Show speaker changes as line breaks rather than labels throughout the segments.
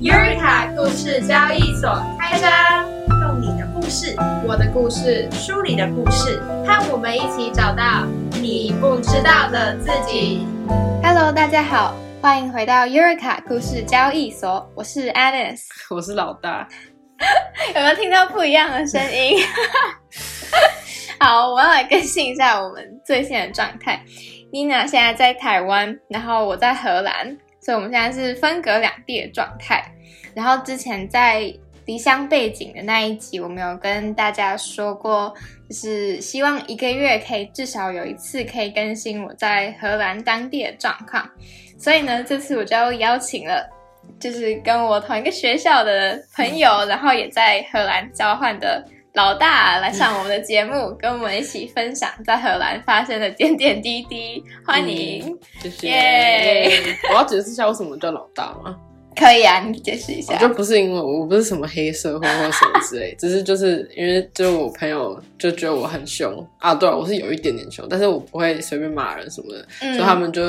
Eureka 故事交易所开张，
用你的故事，
我的故事，
书里的故事。
和我们一起找到你不知道的自己。Hello，大家好，欢迎回到 Eureka 故事交易所，我是 Alice。
我是老大，
有没有听到不一样的声音？ 好，我要来更新一下我们最新的状态。Nina 现在在台湾，然后我在荷兰，所以我们现在是分隔两地的状态。然后之前在离乡背景的那一集，我们有跟大家说过，就是希望一个月可以至少有一次可以更新我在荷兰当地的状况。所以呢，这次我就邀请了。就是跟我同一个学校的朋友，
嗯
然后也在荷兰交换的老大来上我们的节目，跟我们一起分享在荷兰发生的点点滴滴。欢迎，
谢谢。
耶
我要解释一下为什么叫老大吗？
可以啊，你解释一
我
下。
就不是因为我不是什么黑社会或什么之类，只是就是因为就我朋友就觉得我很凶啊，对啊我是有一点点凶，但是我不会随便骂人什么的，
嗯
所以他们就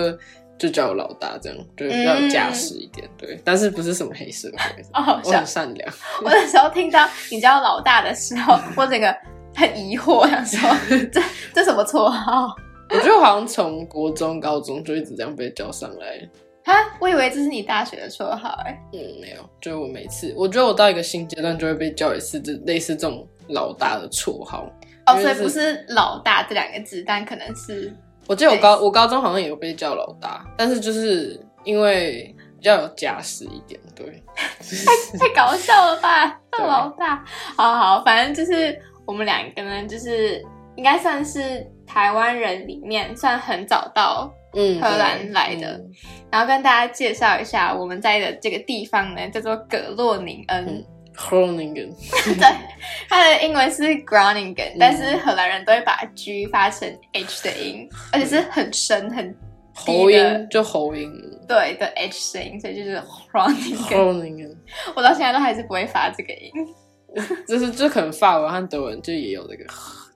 就叫我老大，这样就是比较有架势一点，对。但是不是什么黑社会，
哦，好
我
笑
很。善良。
我那时候听到你叫老大的时候，
嗯
我整个很疑惑，想 说这这什么绰号
我觉得我好像从国中、高中就一直这样被叫上来，
啊？我以为这是你大学的绰号哎、
嗯，没有，就我每次，我觉得我到一个新阶段就会被叫一次，就类似这种老大的绰号。
哦，
因
所
为
以不是老大这两个字，但可能是
我记得我高我高中好像也有被叫老大，但是就是因为比较有家世一点，对，
太搞笑了吧，
对
老大。好好，反正就是我们两个呢，就是应该算是台湾人里面算很早到，
嗯，
荷兰来的
嗯
然后跟大家介绍一下我们在的这个地方呢，叫做葛洛宁恩
嗯，Groningen，
它的英文是 Groningen，
嗯
但是荷兰人都会把 G 发成 H 的音，而且是很深很
喉
低的
音就喉音
对的 H 声音，所以就是
哦
Groningen。
，Groningen，
我到现在都还是不会发这个音。
就是就可能法文和德文就也有这个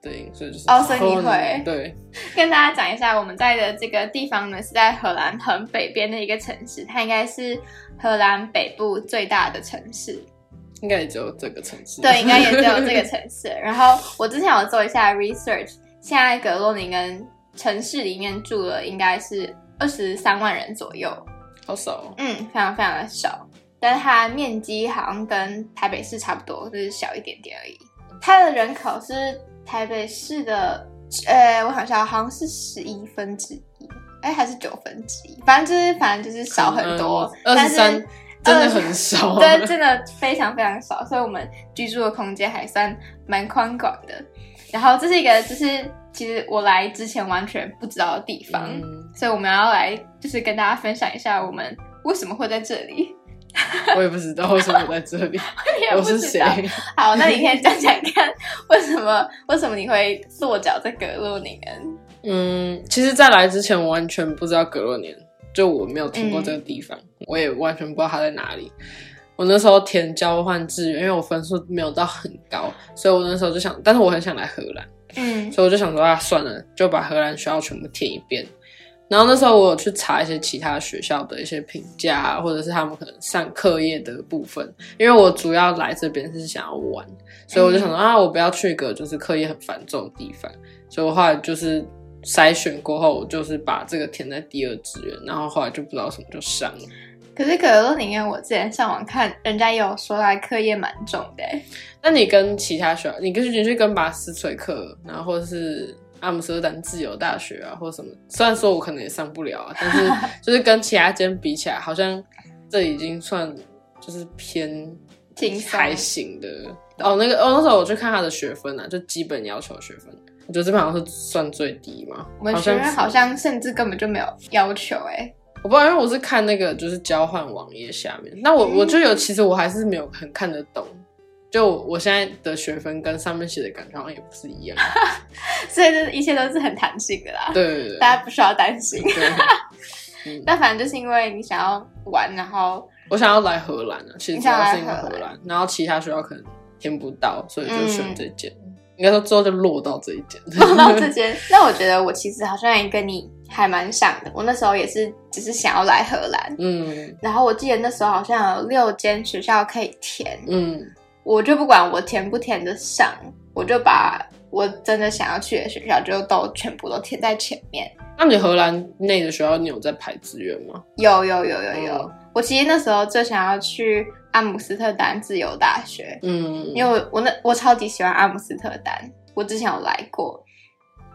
的音，所以就是
哦所以你
Groningen，
会
对，
跟大家讲一下，我们在的这个地方呢，是在荷兰很北边的一个城市，它应该是荷兰北部最大的城市，
应该也只有这个城市，
对，应该也只有这个城市。然后我之前有做一下 research，现在格洛宁根城市里面住了应该是二十三万人左右，
好少、哦，
嗯，非常非常的少，但是它面积好像跟台北市差不多，就是小一点点而已。它的人口是台北市的，呃，我想想，好像是十一分之一，哎，还是九分之一，反正就是反正就是少很多，
嗯二
但
十
是
三真的很少，啊
对，哦真的非常非常少，所以我们居住的空间还算蛮宽广的。然后这是一个，就是其实我来之前完全不知道的地 方，
嗯
所以我们要来就是跟大家分享一下我们为什么会在这里。
我也不知道为什么我在这里，
你 也
我
不
是
知
谁
道？好，那你可以讲讲看，为什么为什么你会落脚在格洛宁根？
嗯，其实，在来之前，我完全不知道格洛年，就我没有听过这个地方，
嗯
我也完全不知道它在哪里。我那时候填交换志愿，因为我分数没有到很高，所以我那时候就想，但是我很想来荷兰，
嗯
所以我就想说啊，算了，就把荷兰学校全部填一遍。然后那时候我有去查一些其他学校的一些评价啊、或者是他们可能上课业的部分，因为我主要来这边是想要玩，所以我就想说、啊，我不要去一个就是课业很繁重的地方，所以我后来就是筛选过后，我就是把这个填在第二志愿，然后后来就不知道什么就上了。
可是格洛宁根，我之前上网看，人家也有说他课业蛮重的、欸。
那你跟其他学校，你跟你去跟马斯垂克，然后或者是阿姆斯特丹自由大学啊，或什么，虽然说我可能也上不了啊，但是就是跟其他间比起来，好像这已经算就是偏
轻松
还行的。哦，那个哦，那时候我去看他的学分啊，就基本要求学分，啊我觉得这边好像是算最低嘛。
我们学
像
院好像甚至根本就没有要求、欸，
我不知道，因为我是看那个就是交换网页下面，那
嗯
我我就有其实我还是没有很看得懂，就我现在的学分跟上面写的感觉好像也不是一样。
所以这一切都是很弹性的啦，
对对对，
大家不需要担心。
对，
那反正就是因为你想要玩，然 后
我想要来荷兰啊，其实主要是因为
你
荷
想要来荷
兰，然后其他学校可能填不到，所以就
嗯
选这间。应该说之后就落到这一间，
碰到这间，那我觉得我其实好像也跟你还蛮上的。我那时候也是只是想要来荷兰，
嗯
然后我记得那时候好像有六间学校可以填，
嗯
我就不管我填不填得上，我就把我真的想要去的学校就都全部都填在前面。
那你荷兰内的学校，你有在排志愿吗？
有有有有有，
嗯
我其实那时候最想要去阿姆斯特丹自由大学，
嗯，
因为我我那我超级喜欢阿姆斯特丹，我之前有来过，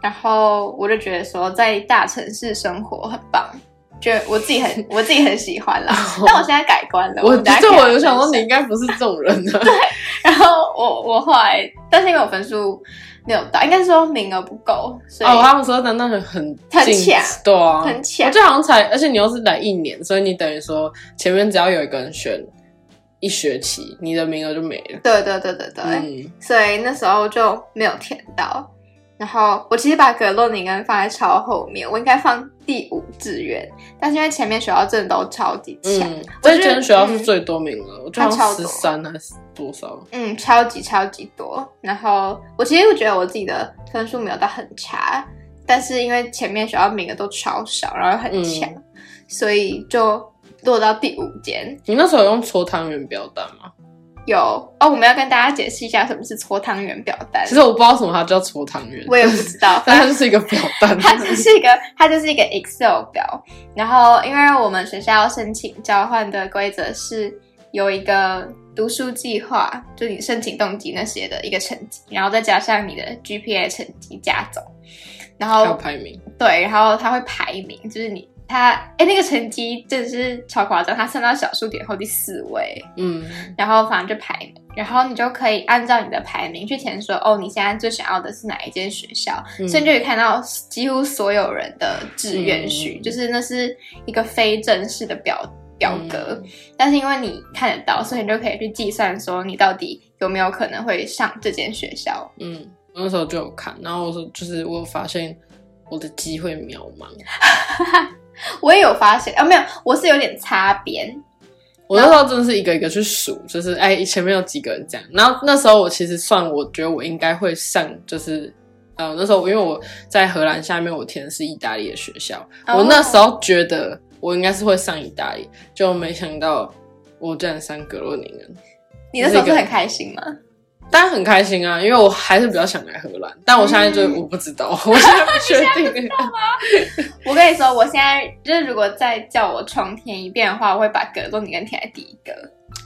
然后我就觉得说在大城市生活很棒，就我自己很我自己很喜欢啦。 但我现在改观了，
我
们等下
这
可以
我
聊
有想说你
分
应该不是这种人 啊。
享。然后我我后来，但是因为我分数没有到，应该是说名额不够，所以、
哦，他们说难道很很
很
竞
强
对啊，
很强
我就好像才，而且你又是来一年，所以你等于说前面只要有一个人选一学期，你的名额就没了。
对对对对对，
嗯，
所以那时候就没有填到。然后我其实把格洛宁根放在超后面，我应该放第五志愿，但是因为前面学校真的都超级强，
嗯，
我觉得
这间学校是最多名额，我就好
它
像
超
十
多
三还是多少？
嗯，超级超级多。然后我其实我觉得我自己的分数没有到很差，但是因为前面学校名额都超少，然后又很
嗯
强，所以就落到第五间。
你那时候有用搓汤圆表单吗？
有哦，我们要跟大家解释一下什么是搓汤圆表单
其。实我不知道为什么它叫搓汤圆，
我也不知道，
但
反
它
正
就是一个表 单。
它就是一个，它就是一个 Excel 表。然后，因为我们学校申请交换的规则是有一个读书计划，就你申请动机那些的一个成绩，然后再加上你的 GPA 成绩加总，然
还有
后
排名，
对，然后它会排名，就是你它哎那个成绩真的是超夸张，它上到小数点后第四位，
嗯
然后反正就排名，然后你就可以按照你的排名去填说，哦，你现在最想要的是哪一间学校，
嗯
所以你就可以看到几乎所有人的志愿序，
嗯
就是那是一个非正式的表表
嗯
格，但是因为你看得到，所以你就可以去计算说你到底有没有可能会上这间学校。
嗯，我那时候就有看，然后我说就是我有发现我的机会渺茫，
我也有发现，啊，没有，我是有点擦边，
我那时候真的是一个一个去数，就是哎前面有几个人这样，然后那时候我其实算，我觉得我应该会上，就是呃那时候因为我在荷兰下面我填的是意大利的学校，
哦
我那时候觉得我应该是会上意大利，就没想到我竟然上格罗宁根。
你那时候是很开心吗？
当然很开心啊，因为我还是比较想来荷兰，但我现在就
嗯
我不知道，我现在不确定。
我跟你说，我现在就是如果再叫我重填一遍的话，我会把格洛宁根填在第一个。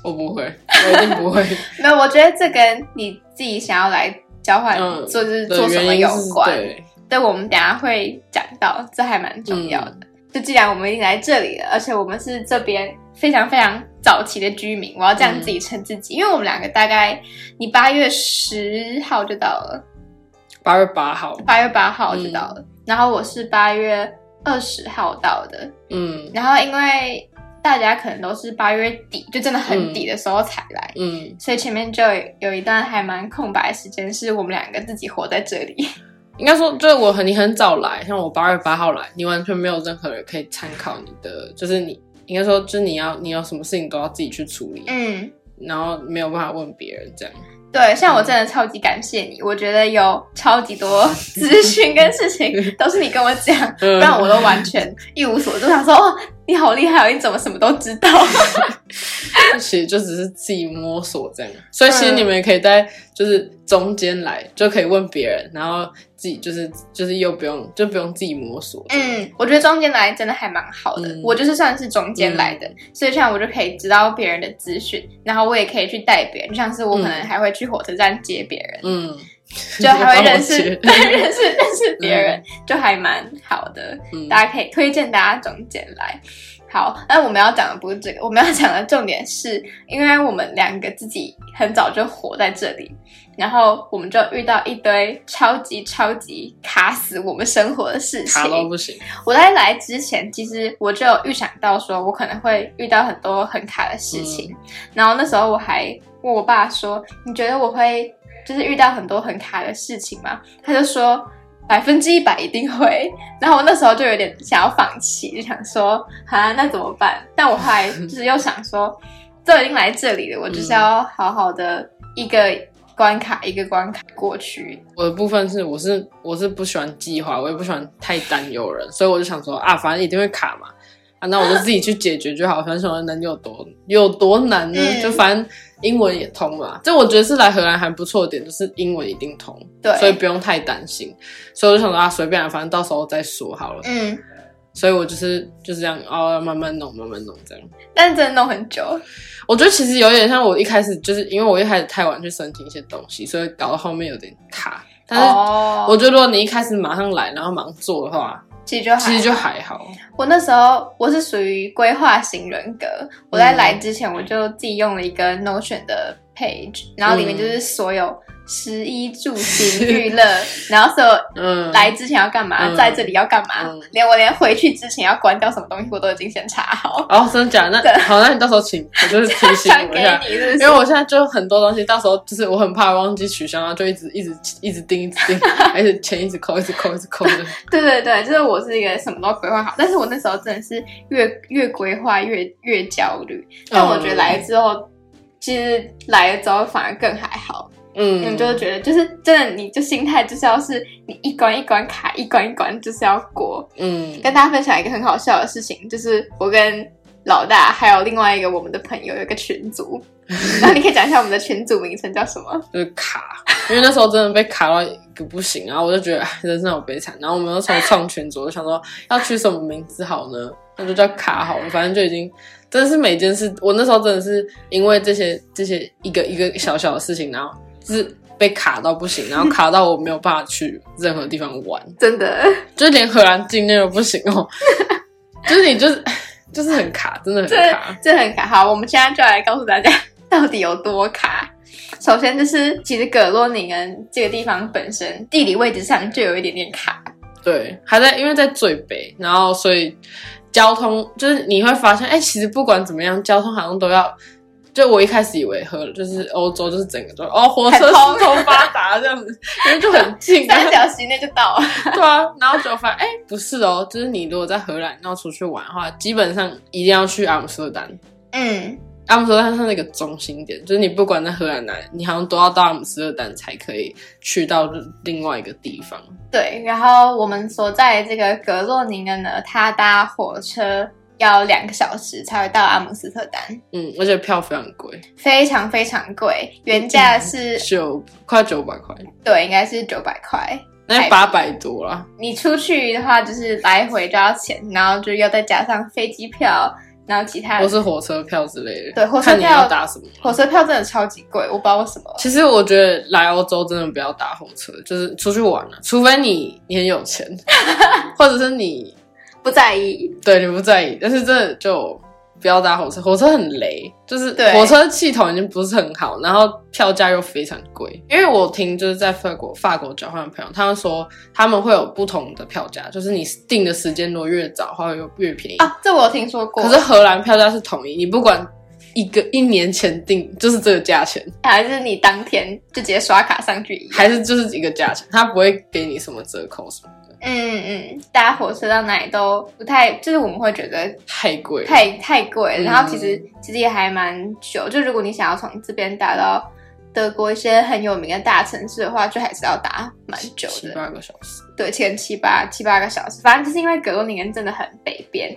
我不会，我一定 不会。
没有，我觉得这跟你自己想要来交换
嗯，
做、就是
的
做什
原
么
因
有
是
关。
对，
对，我们等一下会讲到，这还蛮重要的。
嗯
就既然我们已经来这里了，而且我们是这边非常非常早期的居民，我要这样
嗯
自己称自己，因为我们两个大概你八月十号就到了，
八月八号，
八月八号就到了，
嗯
然后我是八月二十号到的，
嗯
然后因为大家可能都是八月底，就真的很
嗯
底的时候才来，
嗯，
所以前面就有一段还蛮空白的时间，是我们两个自己活在这里。
应该说就是我很你很早来，像我八月八号来，你完全没有任何人可以参考你的，就是你应该说就是你要你有什么事情都要自己去处理，
嗯，
然后没有办法问别人这样。
对，像我真的超级感谢你，我觉得有超级多资讯跟事情都是你跟我讲， 不
嗯
然我都完全一无所知，想说哦，你好厉害哦，你怎么什么都知道？
其实就只是自己摸索这样，所以其实你们也可以在就是中间来，就可以问别人，然后自己就是就是又不用就不用自己摸索。，
嗯， 我觉得中间来真的还蛮好的，
嗯
我就是算是中间来的，所以这样我就可以知道别人的资讯，然后我也可以去带别人，像是我可能
嗯
还会去火车站接别人，
嗯，
就还会认识，
帮我
对，认识认识别人，就还蛮好的。
嗯
大家可以推荐大家中间来。好，那我们要讲的不是这个，我们要讲的重点是因为我们两个自己很早就活在这里，然后我们就遇到一堆超级超级卡死我们生活的事情
卡。到不行。
我在来之前，其实我就有预想到说，我可能会遇到很多很卡的事
嗯
情。然后那时候我还问我爸说：“你觉得我会就是遇到很多很卡的事情吗？”他就说：“百分之一百一定会。”然后我那时候就有点想要放弃，就想说：“啊，那怎么办？”但我后
嗯
来就是又想说，都已经来这里了，我就是要好好的一个。关卡一个关卡过去。
我的部分是，我是我是不喜欢计划，我也不喜欢太担忧人，所以我就想说啊，反正一定会卡嘛，啊，那我就自己去解决就好。反正什么能有多有多难呢？
嗯
就反正英文也通嘛。这我觉得是来荷兰还不错的点，就是英文一定通，
对
所以不用太担心。所以我就想说啊，随便、啊，反正到时候再说好了。
嗯，
所以我就是就是这样哦，慢慢弄，慢慢弄这样。
但真的弄很久。
我觉得其实有点像我一开始，就是因为我一开始太晚去申请一些东西，所以搞到后面有点卡。但是
哦，哎
我觉得如果你一开始马上来，然后马上做的话，
其实就还
其实就还好。
我那时候我是属于规划型人格，我在来之前我就自己用了一个
嗯
Notion 的 page，然后里面就是所有食衣住行娱 乐，然后所有
嗯，
来之前要干嘛，
嗯
在这里要干嘛，
嗯
连我连回去之前要关掉什么东西我都已经先查好，
哦，真的假的？那好，那你到时候请，我就是提 醒
传
我
给
一下。
你是不
因
是
为我现在就很多东西，到时候就是我很怕忘记取消，然后就一直一直一直盯，一直 盯，而且钱一直扣，一直扣，一直扣的。
对对对，就是我是一个什么都规划好，但是我那时候真的是越越规划越越焦虑，但我觉得来之后。其实来了之后反而更还好，
嗯，
你就会觉得，就是真的，你就心态就是要是你一关一关卡，一关一关就是要过。
嗯，
跟大家分享一个很好笑的事情，就是我跟老大还有另外一个我们的朋友有一个群组，然后你可以讲一下我们的群组名称叫什么？
就是卡，因为那时候真的被卡到一个不行，然后我就觉得哎人生好悲惨。然后我们又从创群组，我想说要取什么名字好呢？那就叫卡好了，反正就已经真的是每件事，我那时候真的是因为这些这些一个一个小小的事情，然后就是被卡到不行，然后卡到我没有办法去任何地方玩，
真的，
就是连荷兰境内都不行哦， 就是你就是哎就是很卡，真的很
这
卡。
这很卡。好，我们现在就来告诉大家到底有多卡。首先就是，其实葛洛宁恩这个地方本身地理位置上就有一点点卡，
对，还在因为在最北，然后所以交通就是你会发现，哎、其实不管怎么样，交通好像都要。就我一开始以为和就是欧洲就是整个都哦火车
很通
四通八达这样子，因为就很 近啊，
三小时内就到了。
对啊，然后就发现哎、不是哦，就是你如果在荷兰要出去玩的话，基本上一定要去阿姆斯特丹，
嗯，
阿姆斯特丹是那个中心点，就是你不管在荷兰哪，你好像都要到阿姆斯特丹才可以去到另外一个地方。
对，然后我们所在的这个格洛宁根呢，它搭火车要两个小时才会到阿姆斯特丹，
嗯，而且票非常贵，
非常非常贵，原价
嗯
是、
九快九百块，
对，应该是九百块。
那八百多啦。
你出去的话，就是来回都要钱，然后就要再加上飞机票，然后其他
或是火车票之类的，
对火车票
看你要搭什么。
火车票真的超级贵，我不知道为什么。
其实我觉得来欧洲真的不要搭火车，就是出去玩了、啊除非你你很有 钱，或者是你
不在意，
对你不在意，但是真的就不要搭火车，火车很雷，就是
对
火车系统已经不是很好，然后票价又非常贵。因为我听就是在法国法国交换的朋友，他们说他们会有不同的票价，就是你定的时间如果越早的话，会越便宜
啊，这我有听说过，
可是荷兰票价是统一，你不管一个一年前定就是这个价钱，
还是你当天就直接刷卡上去一样。
还是就是一个价钱，它不会给你什么折扣什么的，
嗯嗯，搭火车到哪里都不太，就是我们会觉得
太贵了。
太太贵了，
嗯
然后其实、其实也还蛮久。就如果你想要从这边打到德国一些很有名的大城市的话，就还是要打蛮久
七
的，
八个小时，
对，前七八七八个小时。反正就是因为格罗宁根真的很北边，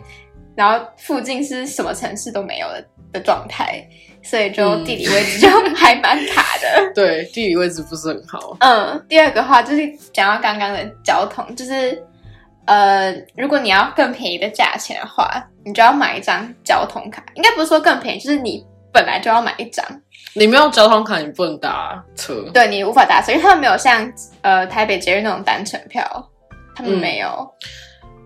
然后附近是什么城市都没有的的状态，所以就
嗯
地理位置就还蛮卡的。
对，地理位置不是很好。
嗯，第二个话就是讲到刚刚的交通，就是呃，如果你要更便宜的价钱的话，你就要买一张交通卡。应该不是说更便宜，就是你本来就要买一张，
你没有交通卡，你不能搭车。
对你无法搭车，因为他们没有像呃台北捷运那种单程票，他们
嗯
没有。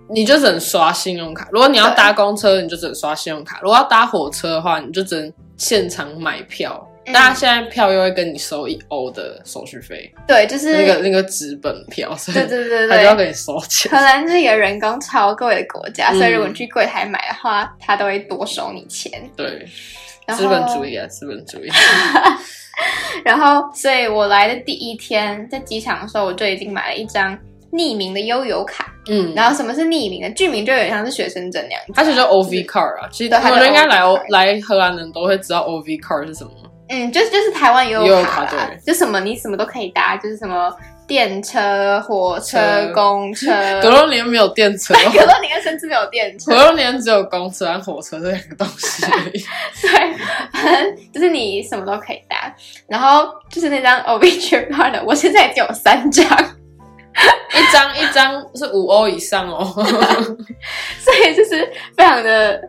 你就只能刷信用卡。如果你要
对
搭公车，你就只能刷信用卡；如果要搭火车的话，你就只能现场买票。
嗯
大家现在票又会跟你收一欧的手续费，
对，就是
那个那个纸本票，所以
嗯对对对
他就要
对。
给你收钱
荷。兰是一个人工超贵的国家，
嗯
所以如果你去柜台买的话，他都会多收你钱。
对，
然后
资本主义啊，资本主义。
然后，所以我来的第一天，在机场的时候，我就已经买了一张匿名的悠游卡。
嗯，
然后什么是匿名的？剧名就有点像是学生证那样子。
它其实叫 OV card 啊，其实
对
我
它叫
觉得应该来
OV
欧
card
来荷兰人都会知道 OV card 是什么。
嗯，就是就是台湾也
也有
有
卡
卡啦就
对
什么你什么都可以搭，就是什么电车、火车
车、
公 车。
格洛林没有电车，
可乐你跟生芝没有电车
格，洛林只有公车和火车这两个东西而已。
对， 反正就是你什么都可以搭。然后就是那张 Obituary Partner，我现在已经有三张，
一张一张是五欧以上哦，
所以就是非常的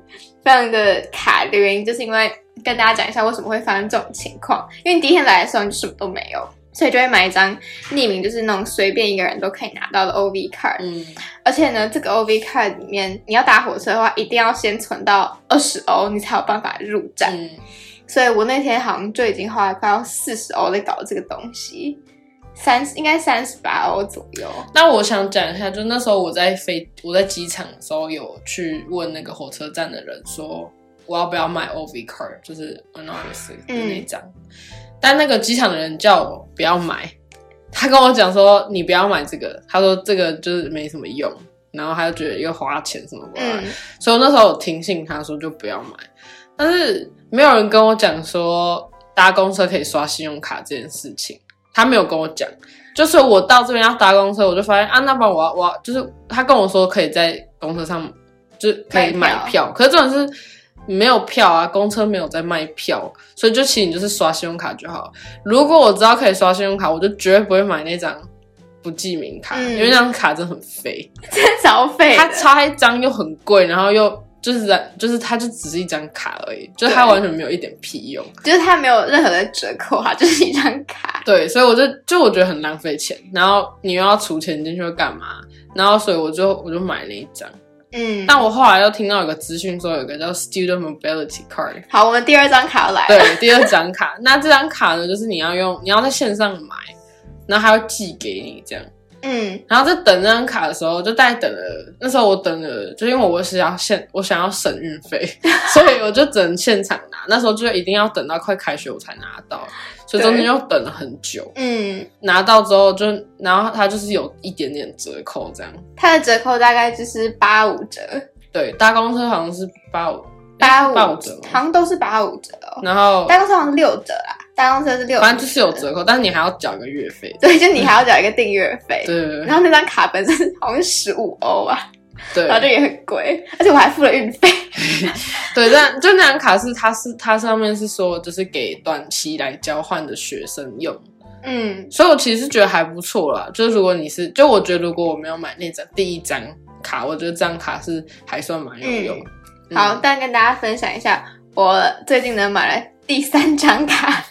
非常的卡的原因，就是因为跟大家讲一下为什么会发生这种情况。因为你第一天来的时候你就什么都没有，所以就会买一张匿名，就是那种随便一个人都可以拿到的 OV card。
嗯，
而且呢，这个 OV card 里面你要搭火车的话，一定要先存到二十欧，你才有办法入站。
嗯，
所以我那天好像就已经花了快要四十欧在搞这个东西，三应该三十八欧左右。
那我想讲一下，就那时候我在飞，我在机场的时候有去问那个火车站的人说，我要不要买 OV card，就是 anonymous 的那张。但那个机场的人叫我不要买，他跟我讲说你不要买这个，他说这个就是没什么用，然后他就觉得又花钱什么吧，
嗯，
所以我那时候我听信他说就不要买，但是没有人跟我讲说搭公车可以刷信用卡这件事情，他没有跟我讲。就是我到这边要搭公车，我就发现啊，那不然我要我要就是他跟我说可以在公车上就是可以买
买
票，可是这种是没有票啊，公车没有在卖票，所以就其实你就是刷信用卡就好。如果我知道可以刷信用卡，我就绝对不会买那张不记名卡，
嗯
因为那张卡真的很肥。
真的消费
它
的
插一张又很贵，然后又就是在就是它就只是一张卡而已，就是它
对
完全没有一点屁用。
就是它没有任何的折扣啊， 就是一张卡。
对，所以我就就我觉得很浪费钱，然后你又要储钱进去会干嘛？然后所以我就我就买了一张，
嗯，
但我后来又听到有个资讯说有个叫 Student Mobility Card。
好，我们第二张卡要来了。
对，第二张卡，那这张卡呢，就是你要用，你要在线上买，然后还要寄给你这样。
嗯
然后在等那张卡的时候，就大概等了，那时候我等了，就因为我是要现，我想要省运费， 所以我就只能现场拿。那时候就一定要等到快开学我才拿到，所以中间就等了很久。
嗯，
拿到之后就，然后它就是有一点点折扣这样。
它的折扣大概就是八五折，
对，搭公车好像是八五，
八
诶
五
是八五折吗
好像都是八五折哦。
然后
大公车好像是六折啊，大公车是六，
反正就是有。折扣，但是你还要缴一个月费。
对，就你还要缴一个订阅费。
对对
然后那张卡本身好像十五欧啊，
对
然后这
对
也很贵，而且我还付了运费。
对，但就那张卡是它是它上面是说就是给短期来交换的学生用。
嗯
所以我其实觉得还不错啦。就是如果你是，就我觉得如果我没有买那张第一张卡，我觉得这张卡是还算蛮有用。嗯
好，，但跟大家分享一下，我最近呢买了第三张卡，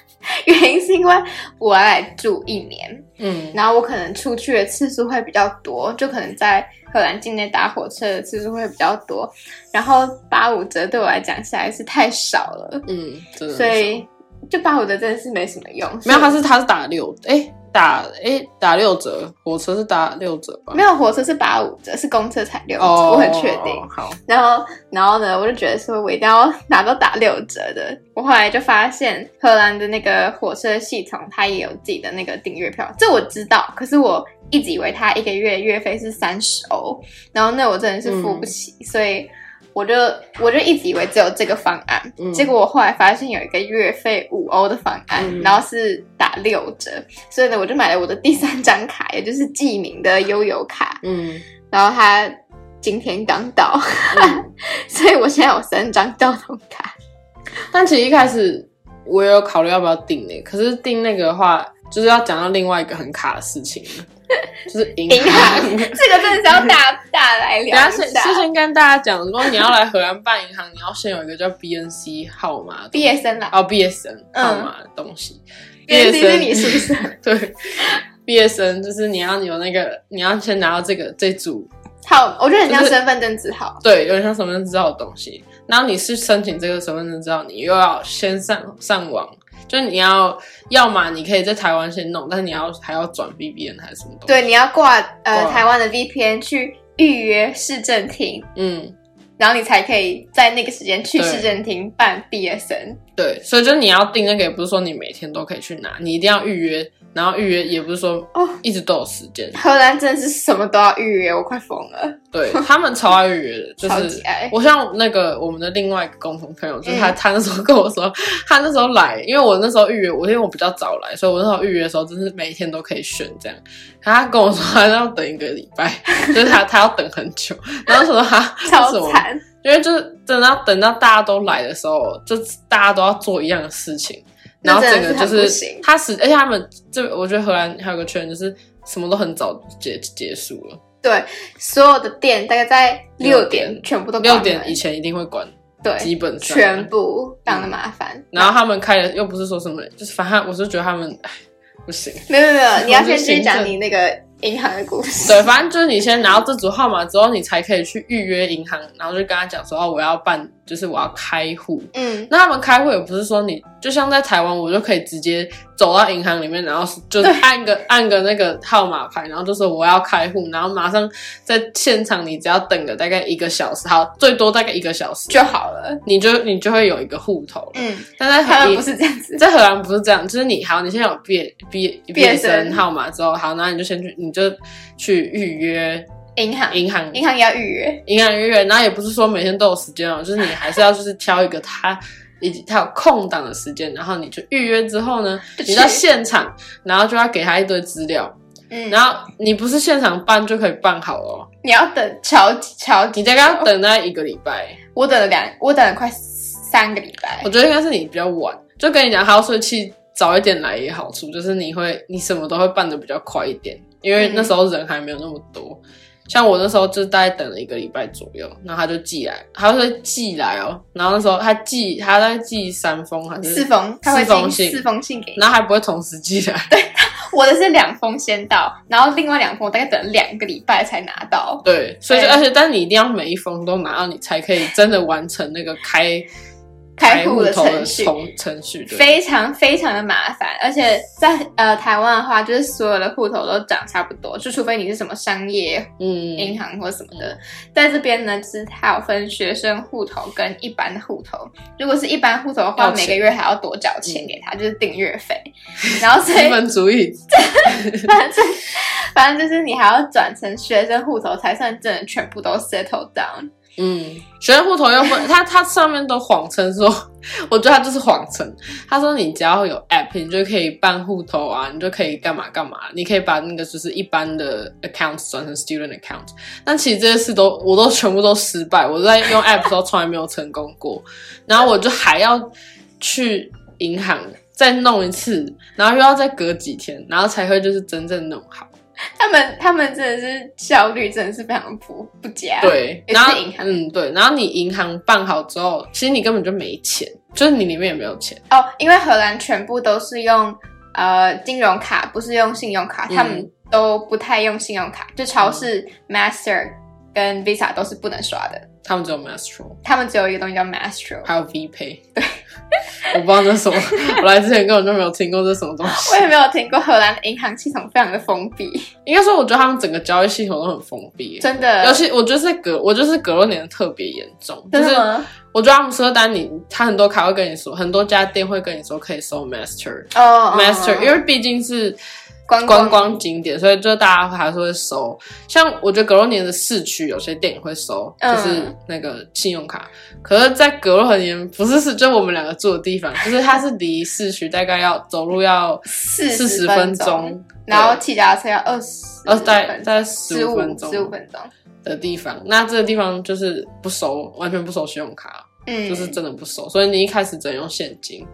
原因是因为我要来住一年，
嗯
然后我可能出去的次数会比较多，就可能在荷兰境内搭火车的次数会比较多，然后八五折对我来讲实在是太少了，
嗯，真的是。
所以就八五折真的是没什么用。
没有，他
所以
是他是打六，哎、打哎、打六折，火车是打六折吧？
没有火车是八五折，是公车才六折
哦，
我很确定。
好，
然后，然后呢，我就觉得说我一定要拿到打六折的。我后来就发现荷兰的那个火车系统，它也有自己的那个订阅票，这我知道。可是我一直以为它一个月月费是三十欧，
嗯
然后那我真的是付不起，所以我就我就一直以为只有这个方案。
嗯
结果我后来发现有一个月费五欧的方案，
嗯
然后是打六折，所以呢，我就买了我的第三张卡，也就是记名的悠游卡，
嗯，
然后它今天刚到。
嗯
所以我现在有三张交通卡。
但其实一开始我也有考虑要不要订那、可是订那个的话，就是要讲到另外一个很卡的事情了，就是银
银 行这个真的是要大大来
等
聊
下
一
先
下。
事先跟大家讲，如果你要来荷兰办银行，你要先有一个叫 BNC 号码的
毕业生啦，
哦 BSN
嗯
号码的东西。
BNC 是
BSN
你是不是？
对，BSN 就是你要有那个，你要先拿到这个这组，
好，我觉得很像
就是
身份证字号。
对，有点像身份证知道的东西。然后你是申请这个身份证之后，你又要先上上网，就是你要要么你可以在台湾先弄，但是你要还要转 VPN 还是什么东西？
对，，你要挂呃
挂
台湾的 VPN 去预约市政厅，
嗯，
然后你才可以在那个时间去
对
市政厅办毕业生。
对，所以就是你要订那个，也不是说你每天都可以去拿，你一定要预约，然后预约也不是说
哦
一直都有时 间。
荷兰真的是什么都要预约，我快疯了，
对他们超爱预约的，就
超
是
级爱。
我像那个我们的另外一个共同朋友，就是他，
嗯
他那时候跟我说，他那时候来，因为我那时候预约，我因为我比较早来，所以我那时候预约的时候，真是每一天都可以选这样。然后他跟我说，他要等一个礼拜， 就是他他要等很久。然后我说他
超，
为什么
惨，
因为就是等到等到大家都来的时候，就大家都要做一样的事情，然后
那
这
真的是
个就
很
是
不行
他是，而且他们这我觉得荷兰还有个圈就是什么都很早结结束了，
对，所有的店大概在
六
六点
点
全部都关
六
门
点以前一定会关，基
对，
本上
全部当的麻烦。
嗯然后他们开的又不是说什么，就是反正我是觉得他们 唉不行。
没有没有没有，你要
我
先
是
继续
行
讲
政
你那个银行的故事。
对，反正就是你先拿到这组号码之后，你才可以去预约银行，然后就跟他讲说哦，我要办，就是我要开户。
嗯，
那他们开户也不是说你，就像在台湾，我就可以直接走到银行里面，然后就
对
按个按个那个号码牌，然后就说我要开户，然后马上在现场，你只要等个大概一个小时，好，最多大概一个小时
就好了。
你就你就会有一个户头了。
嗯，
但在
他
荷
们不是这样子。
在荷兰不是这样，就是你好，你现在有毕业毕业毕业
毕业
生
生
号码之后，好，那你就先去，你就去预约
银行
银行
银行也要预约，
银行预约，然后也不是说每天都有时间哦，就是你还是要就是挑一个他以及他有空档的时间，然后你就预约之后呢，
就去
你到现场，然后就要给他一堆资料，
嗯，
然后你不是现场办就可以办好哦，
你要等超级超级，
你大概要等那一个礼拜，
我等了两，我等了快三个礼拜
我，觉得应该是你比较晚，就跟你讲，好睡气早一点来也好处，就是你会你什么都会办的比较快一点，因为
嗯
那时候人还没有那么多。像我那时候就大概等了一个礼拜左右，然后他就寄来，他就说寄来哦，然后那时候他寄他在寄三封还是
四，封，他会
四封
寄
信
四封信给你。
然后还不会同时寄来，
我的是两封先到，然后另外两封我大概等了两个礼拜才拿到。
对，所以就
对
而且但你一定要每一封都拿到，你才可以真的完成那个开
开
户
户的
头的
程序
程程序，对
非常非常的麻烦，而且在呃台湾的话，就是所有的户头都长差不多，就除非你是什么商业
嗯
银行或什么的。在这边呢，就是它有分学生户头跟一般的户头。如果是一般户头的话，
要钱嗯
每个月还要多缴钱给他，就是订阅费。 然后所
资
以
本主义
反正反正就是你还要转成学生户头才算真的全部都 settle down。
嗯，学生户头又分， 他他上面都谎称说， 我觉得他就是谎称。他说你只要有 app，你就可以办户头啊，你就可以干嘛干嘛，你可以把那个就是一般的 account 转成 student account。但其实这些事都我都全部都失败，我在用 app 的时候从来没有成功过，然后我就还要去银行再弄一次，然后又要再隔几天，然后才会就是真正弄好。
他们他们真的是效率真的是非常不不佳。，
对，
也
然后
是银行
嗯对，然后你银行办好之后，其实你根本就没钱，就是你里面也没有钱。
哦，因为荷兰全部都是用呃金融卡，不是用信用卡，
嗯
他们都不太用信用卡，就超市、Master 跟 Visa 都是不能刷的，
他们只有 Mastro，
他们只有一个东西叫 Master。
还有 VPay。对，我不知道这是什么，我来之前根本就没有听过这是什么东西
我。也没有听过荷兰的银行系统非常的封闭，
应该说，我觉得他们整个交易系统都很封闭。
真
尤
的，
其我觉得是隔，我就是隔洛年的特别严重，就
真
是
的吗？
我觉得阿姆斯特丹你，他很多卡会跟你说，很多家店会跟你说可以收 Master，
哦
Master，、因
为
为毕竟是
观光
观光景点，所以就大家还是会收。像我觉得格罗年的市区有些店也会收，
嗯
就是那个信用卡。可是，在格罗年不是是就我们两个住的 地方，就是它是离市区大概要走路要
四
四十
分
分，钟，
然后骑脚踏车要二十，
呃，在在十
十
五
五
分
十五
钟
分钟，
的地方。那这个地方就是不收，完全不收信用卡，
嗯，
就是真的不收。所以你一开始只能用现金。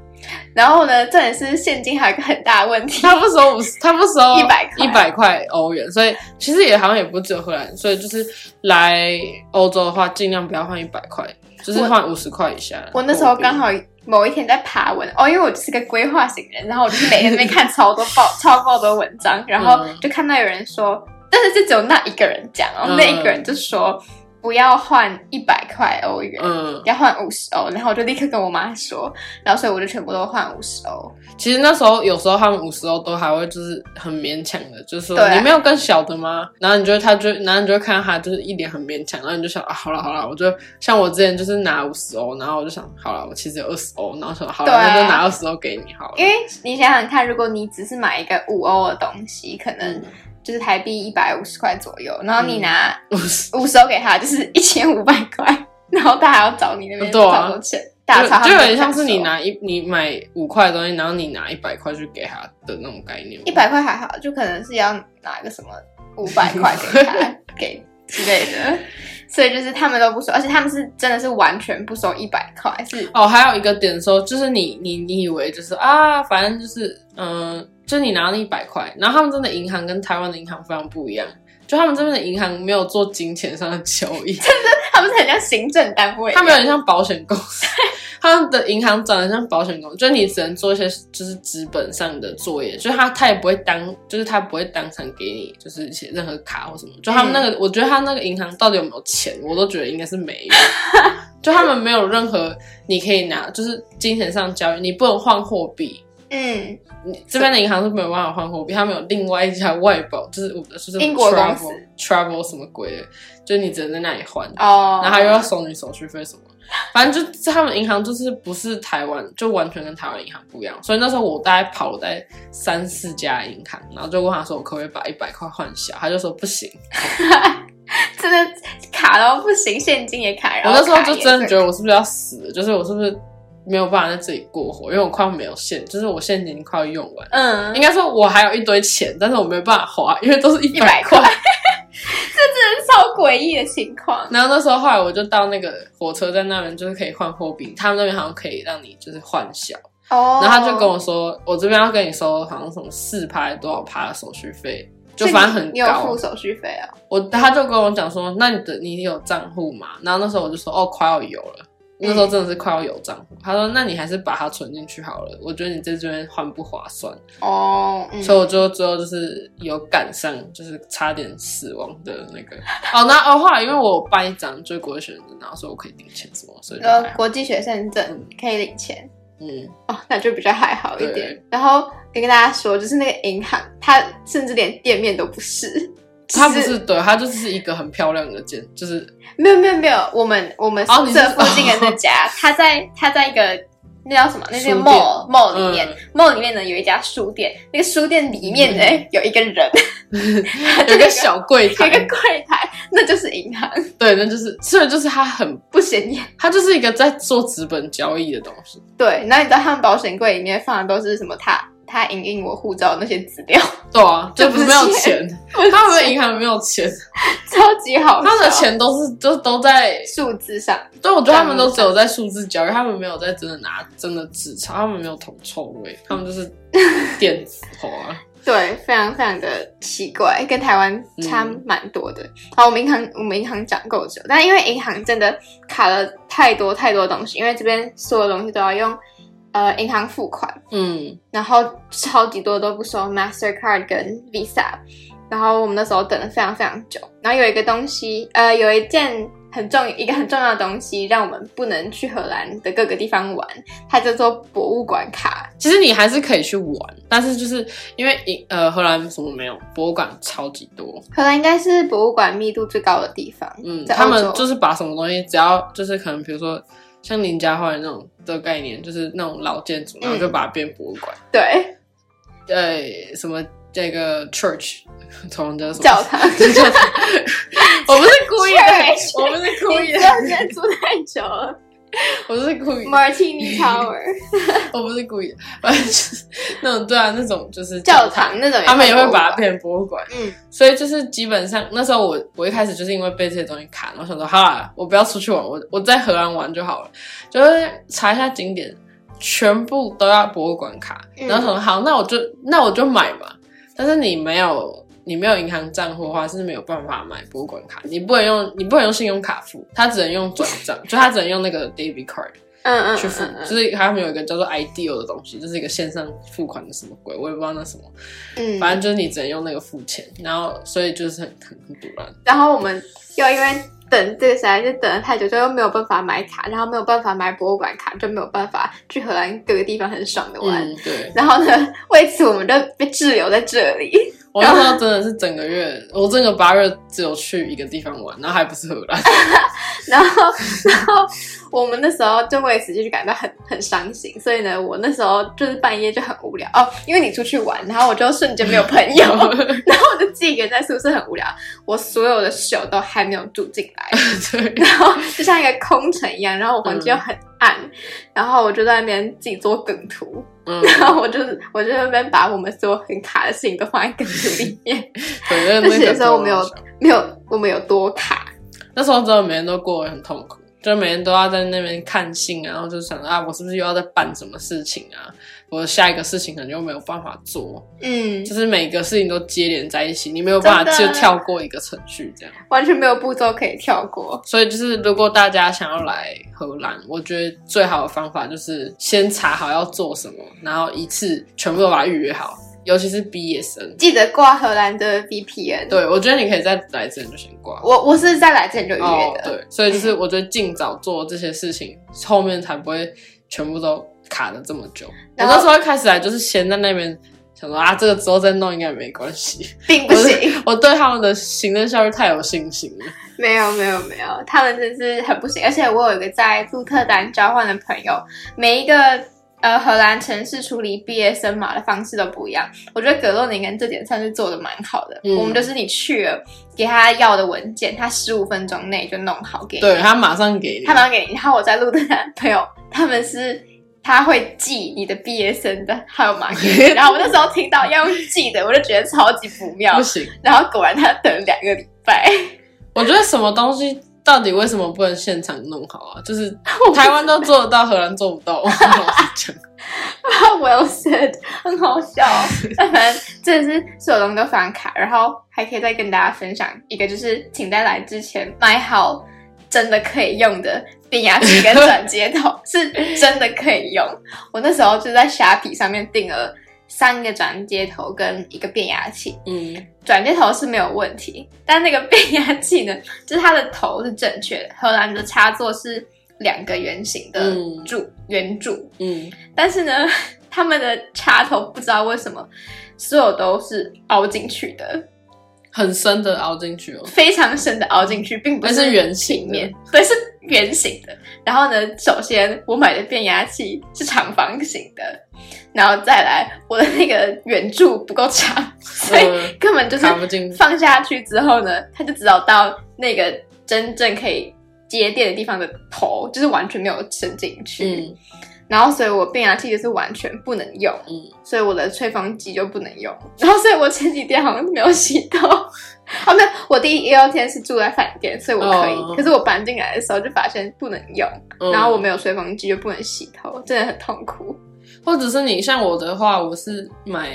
然后呢，这也是现金还有一个很大的问题，
他不收五十，他不收
100块
一百块欧元，所以其实也好像也不只有荷兰，所以就是来欧洲的话，尽量不要换一百块，就是换五十块以下。
我那时候刚好某一天在爬文哦，因为我就是个规划型人，然后我就是每天在那边看超多 报超爆多文章，然后
嗯
就看到有人说，但是这只有那一个人讲，然后
嗯
那一个人就说。不要换一百块欧元，
嗯，
要换五十欧，然后我就立刻跟我妈说，然后所以我就全部都换五十欧。
其实那时候有时候他们五十欧都还会就是很勉强的，就是说
对啊
你没有更小的吗？然后你就他就然后你就看到他就是一脸很勉强，然后你就想啊好了好了，我就像我之前就是拿五十欧，然后我就想好了，我其实有二十欧，然后想好了、
对啊
那就拿二十欧给你好了，
因为你想想看，如果你只是买一个五欧的东西，可能
嗯
就是台币一百五十块左右，然后你拿
五十
五十欧给他，就是一千五百块， 然后他还要找你那边
对啊
找多钱，大
就
超
就有点像是你拿一你买五块的东西，然后你拿一百块去给他的那种概念，
一百块还好，就可能是要拿个什么五百块给他给之类的， 所以就是他们都不收，而且他们是真的是完全不收一百块，是
哦，还有一个点说，就是你你你以为就是啊，反正就是嗯、呃就你拿了一百块，然后他们真的银行跟台湾的银行非常不一样，就他们这边的银行没有做金钱上的交易，
他们是很像行政单位，
他们有点像保险 公司，他们的银行长得像保险公司，就你只能做一些就是资本上的作业，就是他他也不会当，就是他不会当场给你就是一些任何卡或什么，就他们那个，
嗯
我觉得他那个银行到底有没有钱，我都觉得应该是没 有。就他们没有任何你可以拿，就是金钱上交易，你不能换货币，
嗯，
你这边的银行是没有办法换货币，他们有另外一家外包，就是我就是
英国公
travel
司
travel 什么鬼的，就是你只能在那里换。
哦，
然后又要收你手续费什么，反正就是他们银行就是不是台湾，就完全跟台湾银行不一样。所以那时候我大概跑了大概三四家银行，然后就问他说我可不可以把一百块换小，他就说不行。
真的卡到不行，现金也卡，然
我
后
那时候就
哎卡也
真的觉
是
得我是不是要死了，就是我是不是没有办法在这里过活，因为我快要没有现，就是我现金快要用完。
嗯，
应该说，我还有一堆钱，但是我没办法花，因为都是一百
100
块
块。 真的是超诡异的情况。
然后那时候后来我就到那个火车站那边，就是可以换货币，他们那边好像可以让你就是换小。
哦
然后他就跟我说，我这边要跟你收好像什么四趴多少趴的手续费，就
所以
反正很
你你有
高
付。手续费啊？
我他就跟我讲说，那你的你有账户吗？然后那时候我就说，哦，快要有了。那
嗯
时候真的是快要有账户，他说：“那你还是把它存进去好了，我觉得你在这边换不划算。
哦，嗯
所以我就最后就是有赶上，就是差点死亡的那个。哦，那哦后来因为我办一张就国学生证，然后说我可以领钱什么，所以就
然
还
后
好
国际学生证可以领钱
嗯，
哦，那就比较还好一点
对。
然后也跟大家说，就是那个银行，它甚至连店面都不是，
他不
只
是对，他就是一个很漂亮的建，就是
没有没有没有，我们我们
哦
宿
你是哦
舍附近的那家，它在它在一个那叫什么？那
书
叫
店
mall mall 哦里
嗯
面、mall 里面呢有一家书店，那个书店里面呢、有一个人，
嗯 有个小 柜
有一个
台，
柜台，那就是银行，
对，那就是，所以就是它很，
不显眼。
它就是一个在做资本交易的东西。
对，然后你知道他们保险柜里面放的都是什么他？他影印我护照的那些资料，
对啊，
这
就
不
不
是
是没有钱， 他们银行没有钱，
超级 好笑。
他们的钱都是都都在，
数字上，
对，我觉得他们都只有在数字交易，他们没有在真的拿真的纸钞，他们没有铜臭味，他们就是 电子化、
对，非常非常的奇怪，跟台湾差蛮多的。
嗯
好，我们银行我们银行讲够久，但因为银行真的卡了太多太多东西，因为这边所有东西都要用呃银行付款，
嗯，
然后超级多都不收 Mastercard 跟 Visa，然后我们那时候等了非常非常久，然后有一个东西，呃，有一件很重一个很重要的东西，让我们不能去荷兰的各个地方玩，它叫做博物馆卡，
其实你还是可以去玩，但是就是因为银呃荷兰什么没有，博物馆超级多，
荷兰应该是博物馆密度最高的地方。
嗯，
在
他
澳洲
们就是把什么东西，只要就是可能，比如说像林家花园那种的概念，就是那种老建
嗯
筑，然后就把它变博物馆。
对，
对，什么这个 church，中文叫什么
教堂
对教堂。 我不是故意
Church
的，我不是故
你
意
真
的，
的是住太久了。
我不是故意的，
Martini Tower
我不是故意的，反正就是那种对啊，那种就是
教堂那种，
他们也会把它。变博物馆。
嗯，
所以就是基本上那时候我我一开始就是因为被这些东西卡，然后想说好啦，我不要出去玩，我我在荷兰玩就好了，就是查一下景点，全部都要博物馆卡，
嗯
然后想说好，那我就那我就买嘛。但是你没有你没有银行账户的话是没有办法买博物馆卡，你不能用你不能用信用卡付，它只能用转账，就它只能用那个 debit card。
嗯嗯，
去付
嗯，嗯
就是他们有一个叫做 Ideal 的东西，就是一个线上付款的什么鬼，我也不知道那什么，
嗯，
反正就是你只能用那个付钱，然后所以就是很很很堵然。
然后我们又因为这个实在是等了太久，就又没有办法买卡，然后没有办法买博物馆卡，就没有办法去荷兰各个地方很爽的玩。
嗯，对，
然后呢，为此我们就被滞留在这里。
我那时候真的是整 个月，我整个八月只有去一个地方玩，然后还不是荷 兰。
然后，然后我们那时候就为此就是感到很很伤心。所以呢，我那时候就是半夜就很无聊哦，因为你出去玩，然后我就瞬间没有朋友， 然后我就自己一个人在宿舍很无聊。我所有的室友都还没有住进来，
对，
然后就像一个空城一样，然后我房间又很暗，然后我就在那边自己做梗图，
嗯，
然后我就我就在那边把我们所有很卡的事情都放在梗图里面，
对，
就
那
写
个
说我们有没有我们有多卡。
那时候真的每天都过得很痛苦，就每天都要在那边看信啊，然后就想啊，我是不是又要在办什么事情啊？我下一个事情可能又没有办法做，
嗯，
就是每个事情都接连在一起，你没有办法
真
就
的
跳过一个程序这样。
完全没有步骤可以跳过。
所以就是，如果大家想要来荷兰，我觉得最好的方法就是先查好要做什么，然后一次全部都把它预约好，尤其是毕业生。
记得挂荷兰的 VPN。，
对，我觉得你可以在来之前就先挂。
我我是在来之前就预
哦
约，的。
对，所以就是我觉得尽早做这些事情，后面才不会全部都卡的这么久。我
然后
那时候一开始来就是先在那边想说啊，这个之后再弄应该没关系。
并不行，
我对他们的行政效率太有信心了。
没有没有没有，他们真是很不行。而且我有一个在鹿特丹交换的朋友，每一个呃荷兰城市处理毕业生码的方式都不一样。我觉得格洛宁根这点算是做的蛮好的。
嗯
我们就是你去了，给他要的文件，他十五分钟内就弄好给你。
对他马上给你，
他马上给你。然后我在录的朋友，他们是他会记你的毕业生的号码给 你。然后我那时候听到要用记的，我就觉得超级不妙
不。行。
然后果然他等两个礼拜，
我觉得什么东西到底为什么不能现场弄好啊？ 就是
不知
台湾都做得到，荷 兰做不到。我老实讲，
well said，很好笑。但反正真的是所有东西都非常卡，然后还可以再跟大家分享一个，就是请在来之前买好真的可以用的变压器跟转接头，是真的可以用。我那时候就在虾皮上面订了三个转接头跟一个变压器，
嗯，
转接头是没有问题，但那个变压器呢，就是它的头是正确的，荷兰的插座是两个圆形的
嗯
柱、圆柱，
嗯，
但是呢， 他们的插头不知道为什么，所有都是凹进去的，
很深的凹进 去哦。
非常深的凹进去，并不
那是圆形
平
的
面，对，是圆形的。然后呢，首先我买的变压器是长方形的，然后再来我的那个圆柱不够长，所以
呃
根本就是
卡不进去
放下去之后呢，它就只有到那个真正可以接电的地方的头，就是完全没有伸进去。
嗯
然后所以我变压器就是完全不能用，
嗯，
所以我的吹风机就不能用。 然后所以我前几天好像没有洗头， 哦，没有，我第一一二天是住在饭店，所以我可以。
哦
可是我搬进来的时候就发现不能用，
嗯
然后我没有吹风机就不能洗头，真的很痛苦。
或者是你像我的话，我是买，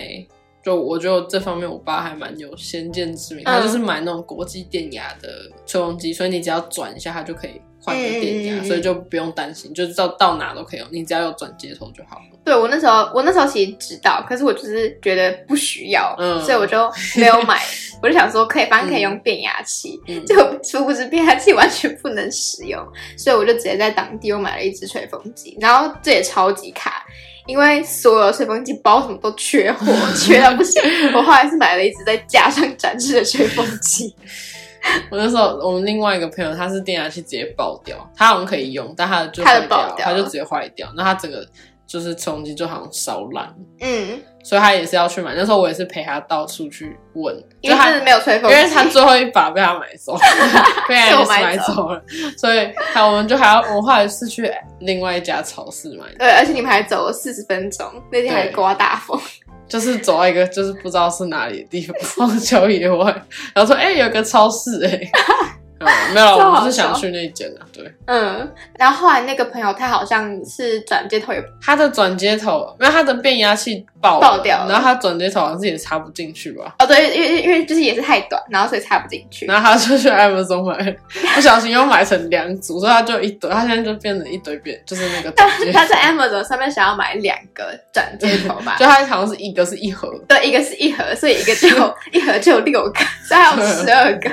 就我觉得这方面我爸还蛮有先见之明，他
嗯
就是买那种国际电压的吹风机，所以你只要转一下，它就可以换一个电
嗯
压，
嗯嗯
所以就不用担心，就是到到哪都可以用，你只要有转接头就好了。
对我那时候，我那时候其实知道，可是我就是觉得不需要，
嗯
所以我就没有 买。我就想说，可以，反正可以用变压器。
嗯，
结果殊不知变压器完全不能使用，所以我就直接在当地又买了一只吹风机，然后这也超级卡，因为所有吹风机包什么都缺货，缺到不行。我后来是买了一只在架上展示的吹风机，
我那时候我们另外一个朋友，他是电压器直接爆掉，他好像可以用，但他就
他的
坏
爆掉
他就直接坏掉，那他整个就是吹风机就好像烧烂，
嗯，
所以他也是要去买。那时候我也是陪他到处去问，
因为
就他
真的没有吹风
因
机，
为他最后一把被他买走，被爱丽丝买走 了，所以他我们就还要，我后来是去另外一家超市买的，
对，而且你们还走了四十分钟，那天还
对
刮大风，
就是走到一个就是不知道是哪里的地方，荒郊野外，然后说哎、有个超市哎、嗯没有啦，
这好
我们是
笑
想去那间啊，对，
嗯，然后后来那个朋友他好像是转接头也
他的转接头，因为他的变压器爆
爆掉了
然后他转接头好像是也插不进去吧，
哦对，因为因为因为就是也是太短，然后所以插不进去，
然后他就去 Amazon 买，不小心又买成两组，所以他就一堆，他现在就变成一堆变，就是那个
他
转接头
他。在 Amazon 上面想要买两个转接头吧
就，它好像是一个是一盒，
对，一个是一 盒，所以一个就一盒就有六个，所以还有十二个。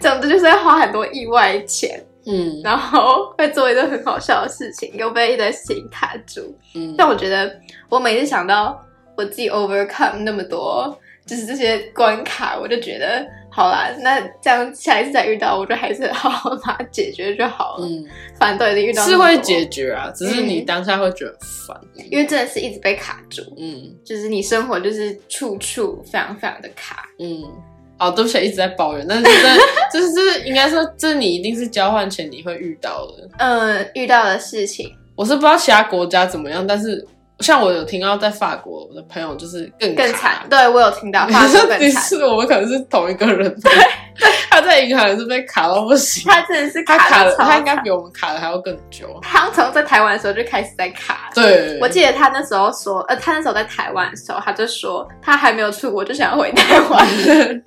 总之就是要花很多意外钱，
嗯
然后会做一堆很好笑的事情，又被一堆事情卡住。
嗯，
但我觉得，我每次想到我自己 overcome 那么多，就是这些关卡，我就觉得好啦，那这样下一次再遇到，我就还是好好把它解决就好了。
嗯
反正都已经遇到那
是
么多
会解，决啊，只是你当下会觉得很烦，
因为真的是一直被卡住，
嗯
就是你生活就是处处非常非常的卡。
嗯。哦，对不起，一直在抱怨，但是这这是这是应该说，这你一定是交换前你会遇到的。
嗯，遇到的事情，
我是不知道其他国家怎么样，但是像我有听到在法国我的朋友就是更
更惨。对我有听到，
你
发生
说
更
你
惨，
是我们可能是同一个人，他在银行也是被卡到不行，
他真的是
他卡
的
了，
超
他应该
惨
比我们卡的还要更久。
他从在台湾的时候就开始在卡了。
对，
我记得他那时候说，呃，他那时候在台湾的时候，他就说他还没有出国就想要回台湾。
嗯